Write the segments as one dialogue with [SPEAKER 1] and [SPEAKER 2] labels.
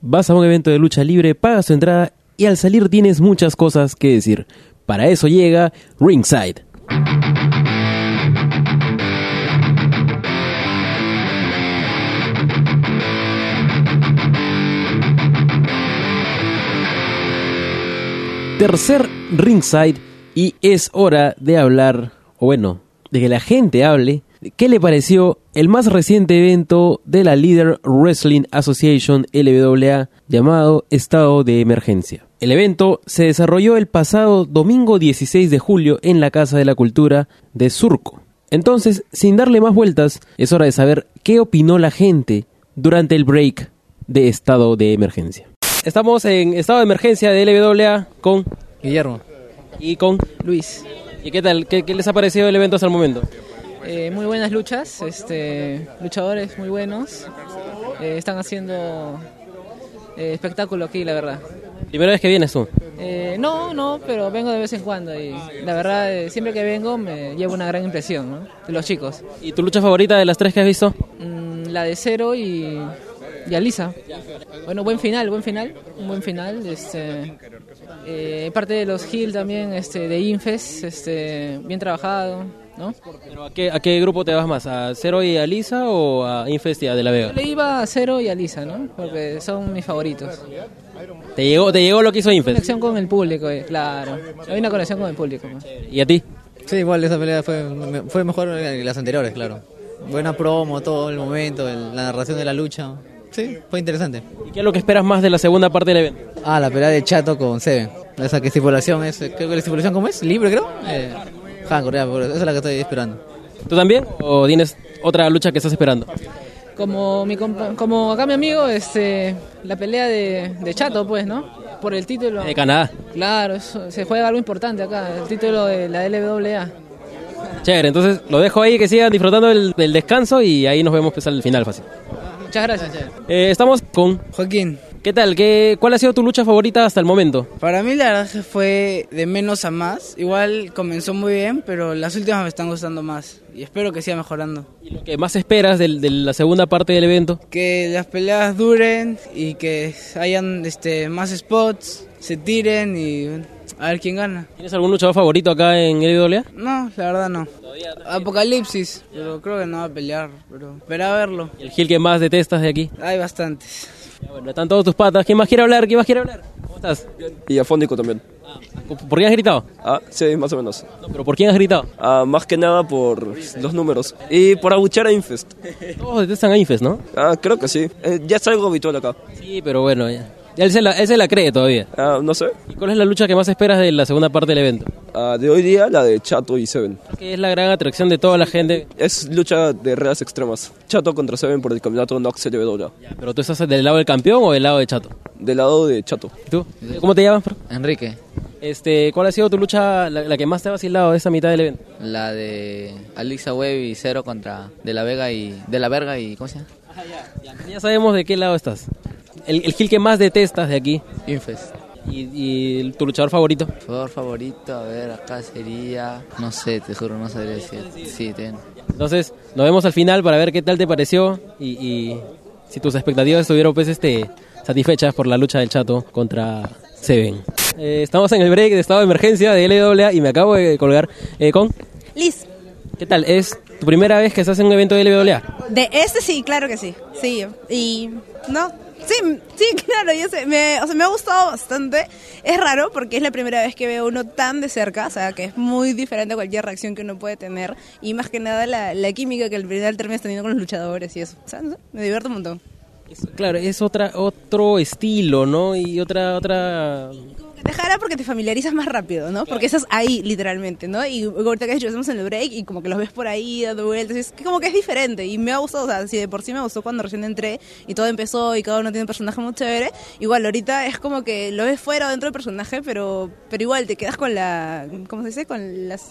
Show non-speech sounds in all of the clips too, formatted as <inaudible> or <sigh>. [SPEAKER 1] Vas a un evento de lucha libre, pagas tu entrada y al salir tienes muchas cosas que decir. Para eso llega Ringside. Tercer Ringside y es hora de hablar, o bueno, de que la gente hable, de qué le pareció el más reciente evento de la Leader Wrestling Association LWA llamado Estado de Emergencia. El evento se desarrolló el pasado domingo 16 de julio en la Casa de la Cultura de Surco. Entonces, sin darle más vueltas, es hora de saber qué opinó la gente durante el break de Estado de Emergencia. Estamos en Estado de Emergencia de LWA con
[SPEAKER 2] Guillermo,
[SPEAKER 1] y con
[SPEAKER 2] Luis.
[SPEAKER 1] ¿Y qué tal? ¿Qué, qué les ha parecido el evento hasta el momento?
[SPEAKER 2] Eh, muy buenas luchas, este, luchadores muy buenos. Eh, están haciendo eh, espectáculo aquí, la verdad.
[SPEAKER 1] Primera vez que vienes tú.
[SPEAKER 2] Eh, no, no, pero vengo de vez en cuando y la verdad, eh, siempre que vengo me llevo una gran impresión ¿no? de los chicos.
[SPEAKER 1] ¿Y tu lucha favorita de las tres que has visto?
[SPEAKER 2] Mm, la de Cero y, y Alisa. Bueno, buen final, buen final, un buen final. Este, eh, parte de los Hill también, este, de Infes, este, bien trabajado, ¿no?
[SPEAKER 1] ¿Pero a, qué, a qué grupo te vas más? ¿A Cero y a Lisa o a Infestia de la Vega?
[SPEAKER 2] Yo le iba a Cero y a Lisa, ¿no? Porque son mis favoritos.
[SPEAKER 1] ¿Te llegó, te llegó lo que hizo Infest?
[SPEAKER 2] Conexión con el público, eh, claro. Hay una conexión con el público. ¿no?
[SPEAKER 1] ¿Y a ti?
[SPEAKER 3] Sí, igual esa pelea fue, me- fue mejor que las anteriores, claro. Buena promo, todo el momento, el- la narración de la lucha. Sí, fue interesante.
[SPEAKER 1] ¿Y qué es lo que esperas más de la segunda parte del evento?
[SPEAKER 3] Ah, la pelea de Chato con Seven. Esa que estipulación es, creo que la estipulación, ¿cómo es? ¿Libre, creo? Eh, Hardcore, ya, por- esa es la que estoy esperando.
[SPEAKER 1] ¿Tú también? ¿O tienes otra lucha que estás esperando?
[SPEAKER 2] Como, mi compa- como acá mi amigo, este, la pelea de, de Chato, pues, ¿no? Por el título.
[SPEAKER 3] Eh,
[SPEAKER 1] De Canadá.
[SPEAKER 2] Claro, eso- se juega algo importante acá, el título de la LWA.
[SPEAKER 1] Chévere, entonces lo dejo ahí que sigan disfrutando del, del descanso y ahí nos vemos pues, al final fácil.
[SPEAKER 2] Muchas gracias.
[SPEAKER 1] Eh, estamos con...
[SPEAKER 4] Joaquín,
[SPEAKER 1] ¿Qué tal? ¿Qué, ¿Cuál ha sido tu lucha favorita hasta el momento?
[SPEAKER 4] para mí la verdad que fue de menos a más. Igual comenzó muy bien, pero las últimas me están gustando más. Y espero que siga mejorando.
[SPEAKER 1] ¿Y lo que más esperas del- de la segunda parte del evento?
[SPEAKER 4] Que las peleas duren y que hayan este, más spots, se tiren y bueno, a ver quién gana.
[SPEAKER 1] ¿Tienes algún luchador favorito acá en LWA?
[SPEAKER 4] No, la verdad no. Apocalipsis, pero creo que no va a pelear, pero espera a verlo.
[SPEAKER 1] El Gil que más detestas de aquí.
[SPEAKER 4] Hay bastantes.
[SPEAKER 1] Ya, bueno, están todos tus patas. ¿Quién más quiere hablar? ¿Quién más quiere hablar? ¿Cómo estás?
[SPEAKER 5] Y afónico también.
[SPEAKER 1] ¿Por quién has gritado?
[SPEAKER 5] Ah, sí, más o menos.
[SPEAKER 1] No, pero ¿por quién has gritado?
[SPEAKER 5] Ah, más que nada por los números. Y por abuchar a Infest.
[SPEAKER 1] Todos detestan a Infest, ¿no?
[SPEAKER 5] Ah, creo que sí. Eh, ya es algo habitual acá.
[SPEAKER 1] Sí, pero bueno, ya. Ya Él se, la, él se la cree todavía.
[SPEAKER 5] Ah, no sé.
[SPEAKER 1] ¿Y cuál es la lucha que más esperas de la segunda parte del evento?
[SPEAKER 5] Ah, de hoy día, la de Chato y Seven.
[SPEAKER 1] Creo que es la gran atracción de toda la gente.
[SPEAKER 5] Es lucha de redes extremas. Chato contra Seven por el campeonato Nox LW.
[SPEAKER 1] Ya, pero tú estás del lado del campeón o del lado de Chato?
[SPEAKER 5] Del lado de Chato.
[SPEAKER 1] ¿Y ¿Tú? ¿Cómo te llamas? bro?
[SPEAKER 3] Enrique,
[SPEAKER 1] Este, ¿Cuál ha sido tu lucha, la, la que más te ha vacilado de esa mitad del evento?
[SPEAKER 3] la de Alexa Web y Cero contra De la Vega y... De la Verga y... ¿Cómo se llama?
[SPEAKER 1] Ya sabemos de qué lado estás. El, el Gil que más detestas de aquí
[SPEAKER 3] Infest.
[SPEAKER 1] y, y tu luchador favorito.
[SPEAKER 3] Favor favorito, a ver, acá sería... No sé, te juro, no sabría decir. Sí, ten.
[SPEAKER 1] Entonces, nos vemos al final para ver qué tal te pareció y, y si tus expectativas estuvieron pues este satisfechas por la lucha del Chato contra Seven. Eh, estamos en el break de estado de emergencia de LWA y me acabo de colgar eh, con...
[SPEAKER 6] Liz,
[SPEAKER 1] ¿Qué tal? ¿Es tu primera vez que estás en un evento de LWA?
[SPEAKER 6] de este sí, claro que sí. Sí, y no. Sí, sí, <laughs> claro, yo sé. Me, o sea, me ha gustado bastante. Es raro porque es la primera vez que veo uno tan de cerca, o sea, que es muy diferente a cualquier reacción que uno puede tener. Y más que nada la, la química que al final terminas teniendo con los luchadores y eso. O sea, no sé, me divierto un montón.
[SPEAKER 1] Es- claro, es otra, otro estilo, ¿no? Y otra, otra...
[SPEAKER 6] Como que te jala porque te familiarizas más rápido, ¿no? Porque estás ahí, literalmente, ¿no? Y ahorita que has dicho, estamos en el break y como que los ves por ahí dando vueltas. y Es que como que es diferente y me ha gustado. O sea, si de por sí me gustó cuando recién entré y todo empezó y cada uno tiene un personaje muy chévere, igual ahorita es como que lo ves fuera o dentro del personaje, pero, pero igual te quedas con la. ¿Cómo se dice? Con las.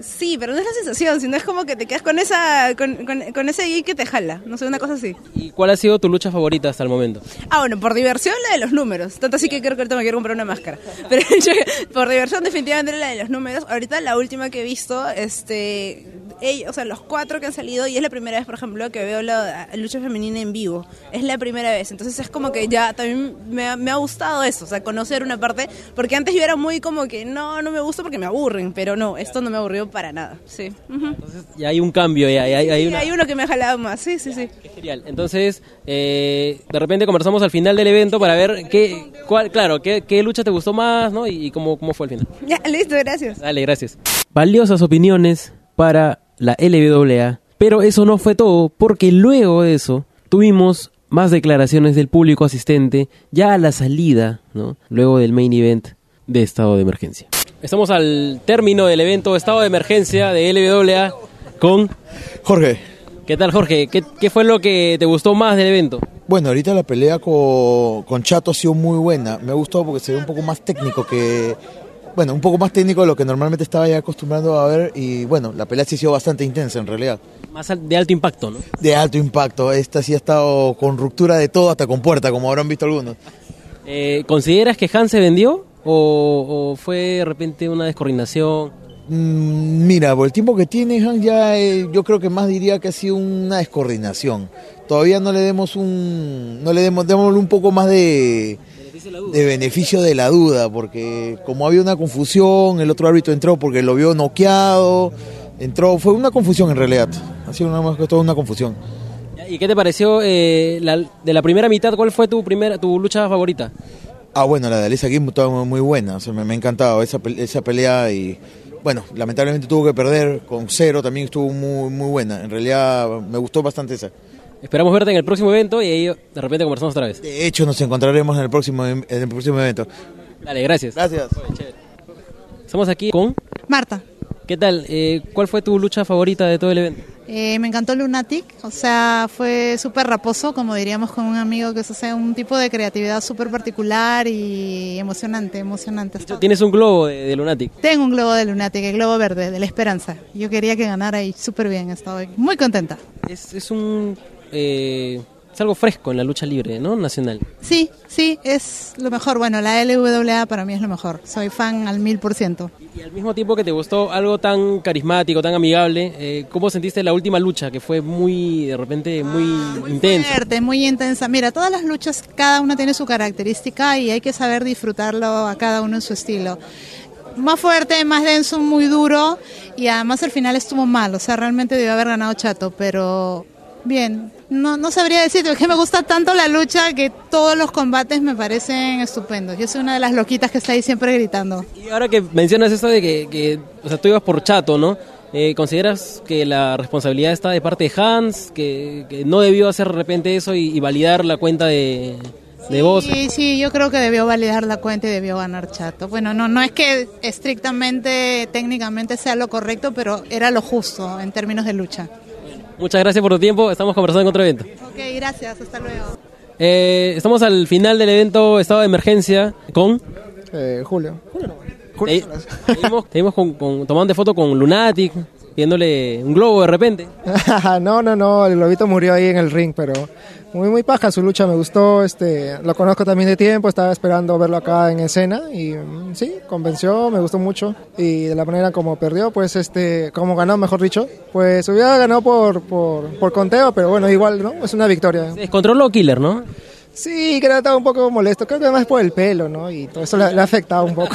[SPEAKER 6] Sí, pero no es la sensación, sino es como que te quedas con esa con, con, con ese geek que te jala, no sé, una cosa así.
[SPEAKER 1] ¿Y cuál ha sido tu lucha favorita hasta el momento?
[SPEAKER 6] Ah, bueno, por diversión la de los números. Tanto así que creo que ahorita me quiero comprar una máscara. <laughs> Pero yo- por diversión definitivamente la de los números. Ahorita la última que he visto, este, ellos, o sea, los cuatro que han salido y es la primera vez, por ejemplo, que veo la, la lucha femenina en vivo. Es la primera vez. Entonces es como que ya también me, ha- me ha gustado eso, o sea, conocer una parte, porque antes yo era muy como que no, no me gusta porque me aburren, pero no, esto no me aburrió para nada. Sí. Ujú.
[SPEAKER 1] Y hay un cambio, y hay, hay- hay
[SPEAKER 6] Sí,
[SPEAKER 1] una...
[SPEAKER 6] hay uno que me ha jalado más, sí, sí, sí.
[SPEAKER 1] Genial. Entonces, eh, de repente conversamos al final del evento para ver qué, cuál, claro, qué, qué lucha te gustó más, ¿no? Y, y cómo, cómo fue el final.
[SPEAKER 6] Ya, listo, gracias.
[SPEAKER 1] Dale, gracias. Valiosas opiniones para la LWA. Pero eso no fue todo, porque luego de eso tuvimos más declaraciones del público asistente ya a la salida, ¿no? Luego del main event de estado de emergencia. Estamos al término del evento estado de emergencia de LWA con...
[SPEAKER 7] Jorge,
[SPEAKER 1] ¿Qué tal, Jorge? ¿Qué, qué fue lo que te gustó más del evento?
[SPEAKER 7] bueno, ahorita la pelea con, con Chato ha sido muy buena. Me ha gustado porque se ve un poco más técnico que. Bueno, un poco más técnico de lo que normalmente estaba ya acostumbrando a ver. Y bueno, la pelea sí ha sido bastante intensa en realidad.
[SPEAKER 1] Más al- de alto impacto, ¿no?
[SPEAKER 7] De alto impacto. Esta sí ha estado con ruptura de todo, hasta con puerta, como habrán visto algunos.
[SPEAKER 1] Eh, ¿Consideras que Han se vendió o, o fue de repente una descoordinación?
[SPEAKER 7] Mm, Mira, por el tiempo que tiene Han, ya eh, yo creo que más diría que ha sido una descoordinación. Todavía no le demos un, no le demos, démosle un poco más de, de beneficio de la duda, porque como había una confusión, el otro árbitro entró porque lo vio noqueado, entró, fue una confusión en realidad. Ha sido nada más que todo una confusión.
[SPEAKER 1] ¿Y qué te pareció eh, la- de la primera mitad? ¿Cuál fue tu primera, tu lucha favorita?
[SPEAKER 7] Ah, bueno, la de Alisa Kim estaba muy- muy buena, o sea, me, me ha encantado esa, pel- esa pelea y bueno, lamentablemente tuvo que perder con cero, también estuvo muy, muy buena. En realidad me gustó bastante esa.
[SPEAKER 1] Esperamos verte en el próximo evento y ahí de repente conversamos otra vez.
[SPEAKER 7] De hecho, nos encontraremos en el próximo, em, en el próximo evento.
[SPEAKER 1] Dale, gracias.
[SPEAKER 7] Gracias.
[SPEAKER 1] Estamos aquí con...
[SPEAKER 8] Marta,
[SPEAKER 1] ¿Qué tal? Eh, ¿Cuál fue tu lucha favorita de todo el evento?
[SPEAKER 8] eh, me encantó Lunatic, o sea, fue súper raposo, como diríamos con un amigo, que es o sea, un tipo de creatividad súper particular y emocionante, emocionante.
[SPEAKER 1] Tienes un globo de, de Lunatic.
[SPEAKER 8] Tengo un globo de Lunatic, el globo verde, de la esperanza. Yo quería que ganara y súper bien, estaba muy contenta.
[SPEAKER 1] Es, es un... eh, es algo fresco en la lucha libre, ¿no? Nacional.
[SPEAKER 8] Sí, sí, es lo mejor. Bueno, la LWA para mí es lo mejor. Soy fan al mil por ciento.
[SPEAKER 1] Y al mismo tiempo que te gustó algo tan carismático, tan amigable, eh, ¿cómo sentiste la última lucha que fue muy, de repente, muy,
[SPEAKER 8] Ah,
[SPEAKER 1] intensa?
[SPEAKER 8] fuerte, muy intensa. Mira, todas las luchas, cada una tiene su característica y hay que saber disfrutarlo a cada uno en su estilo. Más fuerte, más denso, muy duro y además el final estuvo mal. O sea, realmente debió haber ganado Chato, pero bien. No, no sabría decirte, es que me gusta tanto la lucha que todos los combates me parecen estupendos. Yo soy una de las loquitas que está ahí siempre gritando.
[SPEAKER 1] Y ahora que mencionas esto de que, que, o sea, tú ibas por chato, ¿no? Eh, ¿Consideras que la responsabilidad está de parte de Hans, que, que no debió hacer de repente eso y, y validar la cuenta de, de vos?
[SPEAKER 8] Sí, sí, yo creo que debió validar la cuenta y debió ganar Chato. Bueno, no, no es que estrictamente, técnicamente sea lo correcto, pero era lo justo en términos de lucha.
[SPEAKER 1] Muchas gracias por tu tiempo, estamos conversando en otro evento.
[SPEAKER 8] Ok, gracias, hasta luego.
[SPEAKER 1] Eh, estamos al final del evento Estado de Emergencia con...
[SPEAKER 9] Eh, Julio.
[SPEAKER 1] Te, te vimos- te vimos con- con- tomándote foto con Lunatic, viéndole un globo de repente.
[SPEAKER 9] no, no, no, el globito murió ahí en el ring, pero muy, muy paja su lucha, me gustó, este, lo conozco también de tiempo, estaba esperando verlo acá en escena y mm, sí, convenció, me gustó mucho y de la manera como perdió, pues este, como ganó, mejor dicho, pues hubiera ganado por, por, por conteo, pero bueno, igual, ¿no? Es una victoria.
[SPEAKER 1] Se descontroló Killer, ¿no?
[SPEAKER 9] Sí, creo que estaba un poco molesto, creo que además por el pelo, ¿no? Y todo eso le, le ha afectado un
[SPEAKER 8] <laughs>
[SPEAKER 9] poco.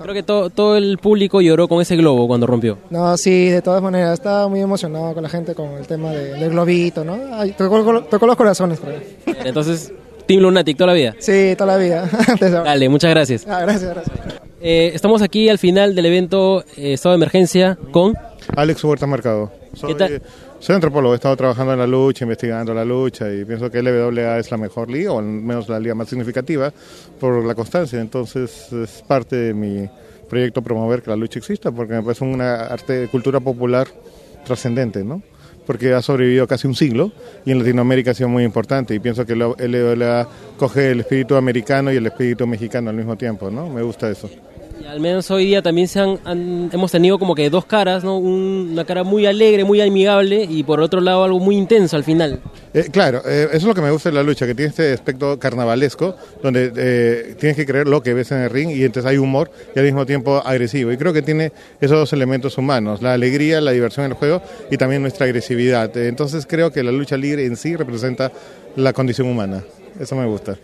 [SPEAKER 1] Creo que todo, todo el público lloró con ese globo cuando rompió.
[SPEAKER 9] No, sí, de todas maneras, estaba muy emocionado con la gente con el tema de- del globito, ¿no? Ay, tocó, tocó los corazones, pero...
[SPEAKER 1] Entonces, Team Lunatic toda la vida.
[SPEAKER 9] Sí, toda la vida. <laughs> Desde ahora.
[SPEAKER 1] Dale, muchas gracias.
[SPEAKER 9] Ah, gracias, gracias.
[SPEAKER 1] Eh, estamos aquí al final del evento eh, Estado de Emergencia con...
[SPEAKER 10] Alex Huerta Mercado.
[SPEAKER 1] ¿Qué
[SPEAKER 10] Soy,
[SPEAKER 1] tal?
[SPEAKER 10] soy antropólogo, he estado trabajando en la lucha, investigando la lucha y pienso que LWA es la mejor liga, o al menos la liga más significativa, por la constancia. Entonces es parte de mi proyecto promover que la lucha exista, porque me parece una arte, cultura popular trascendente, ¿no? Porque ha sobrevivido casi un siglo y en Latinoamérica ha sido muy importante y pienso que la LWA coge el espíritu americano y el espíritu mexicano al mismo tiempo, ¿no? Me gusta eso.
[SPEAKER 1] Y al menos hoy día también se han, han- hemos tenido como que dos caras, ¿no? Un- una cara muy alegre, muy amigable y por otro lado algo muy intenso al final.
[SPEAKER 10] Eh, claro, eh, eso es lo que me gusta de la lucha, que tiene este aspecto carnavalesco, donde eh, tienes que creer lo que ves en el ring y entonces hay humor y al mismo tiempo agresivo. Y creo que tiene esos dos elementos humanos, la alegría, la diversión en el juego y también nuestra agresividad. Eh, entonces creo que la lucha libre en sí representa la condición humana. Eso me gusta.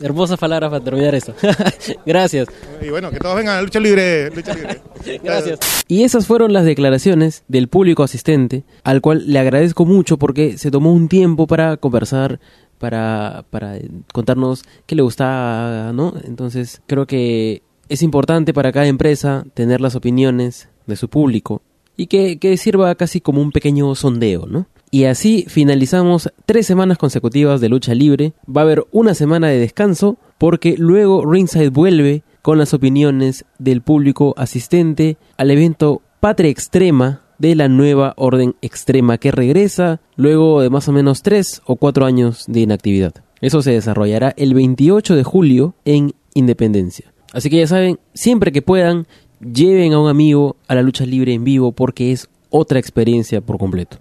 [SPEAKER 1] Hermosas palabras para terminar esto. <laughs> Gracias.
[SPEAKER 10] Y bueno, que todos vengan a la lucha libre. Lucha libre. Gracias.
[SPEAKER 1] Y esas fueron las declaraciones del público asistente, al cual le agradezco mucho porque se tomó un tiempo para conversar, para, para eh, contarnos qué le gustaba, ¿no? Entonces creo que es importante para cada empresa tener las opiniones de su público y que, que sirva casi como un pequeño sondeo, ¿no? Y así finalizamos tres semanas consecutivas de lucha libre. Va a haber una semana de descanso porque luego Ringside vuelve con las opiniones del público asistente al evento Patria Extrema de la nueva Orden Extrema que regresa luego de más o menos tres o cuatro años de inactividad. Eso se desarrollará el 28 de julio en Independencia. Así que ya saben, siempre que puedan, lleven a un amigo a la lucha libre en vivo porque es otra experiencia por completo.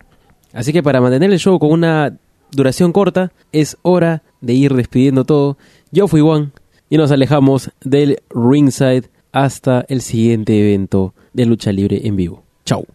[SPEAKER 1] Así que para mantener el show con una duración corta, es hora de ir despidiendo todo. Yo fui Juan y nos alejamos del ringside hasta el siguiente evento de lucha libre en vivo. Chau.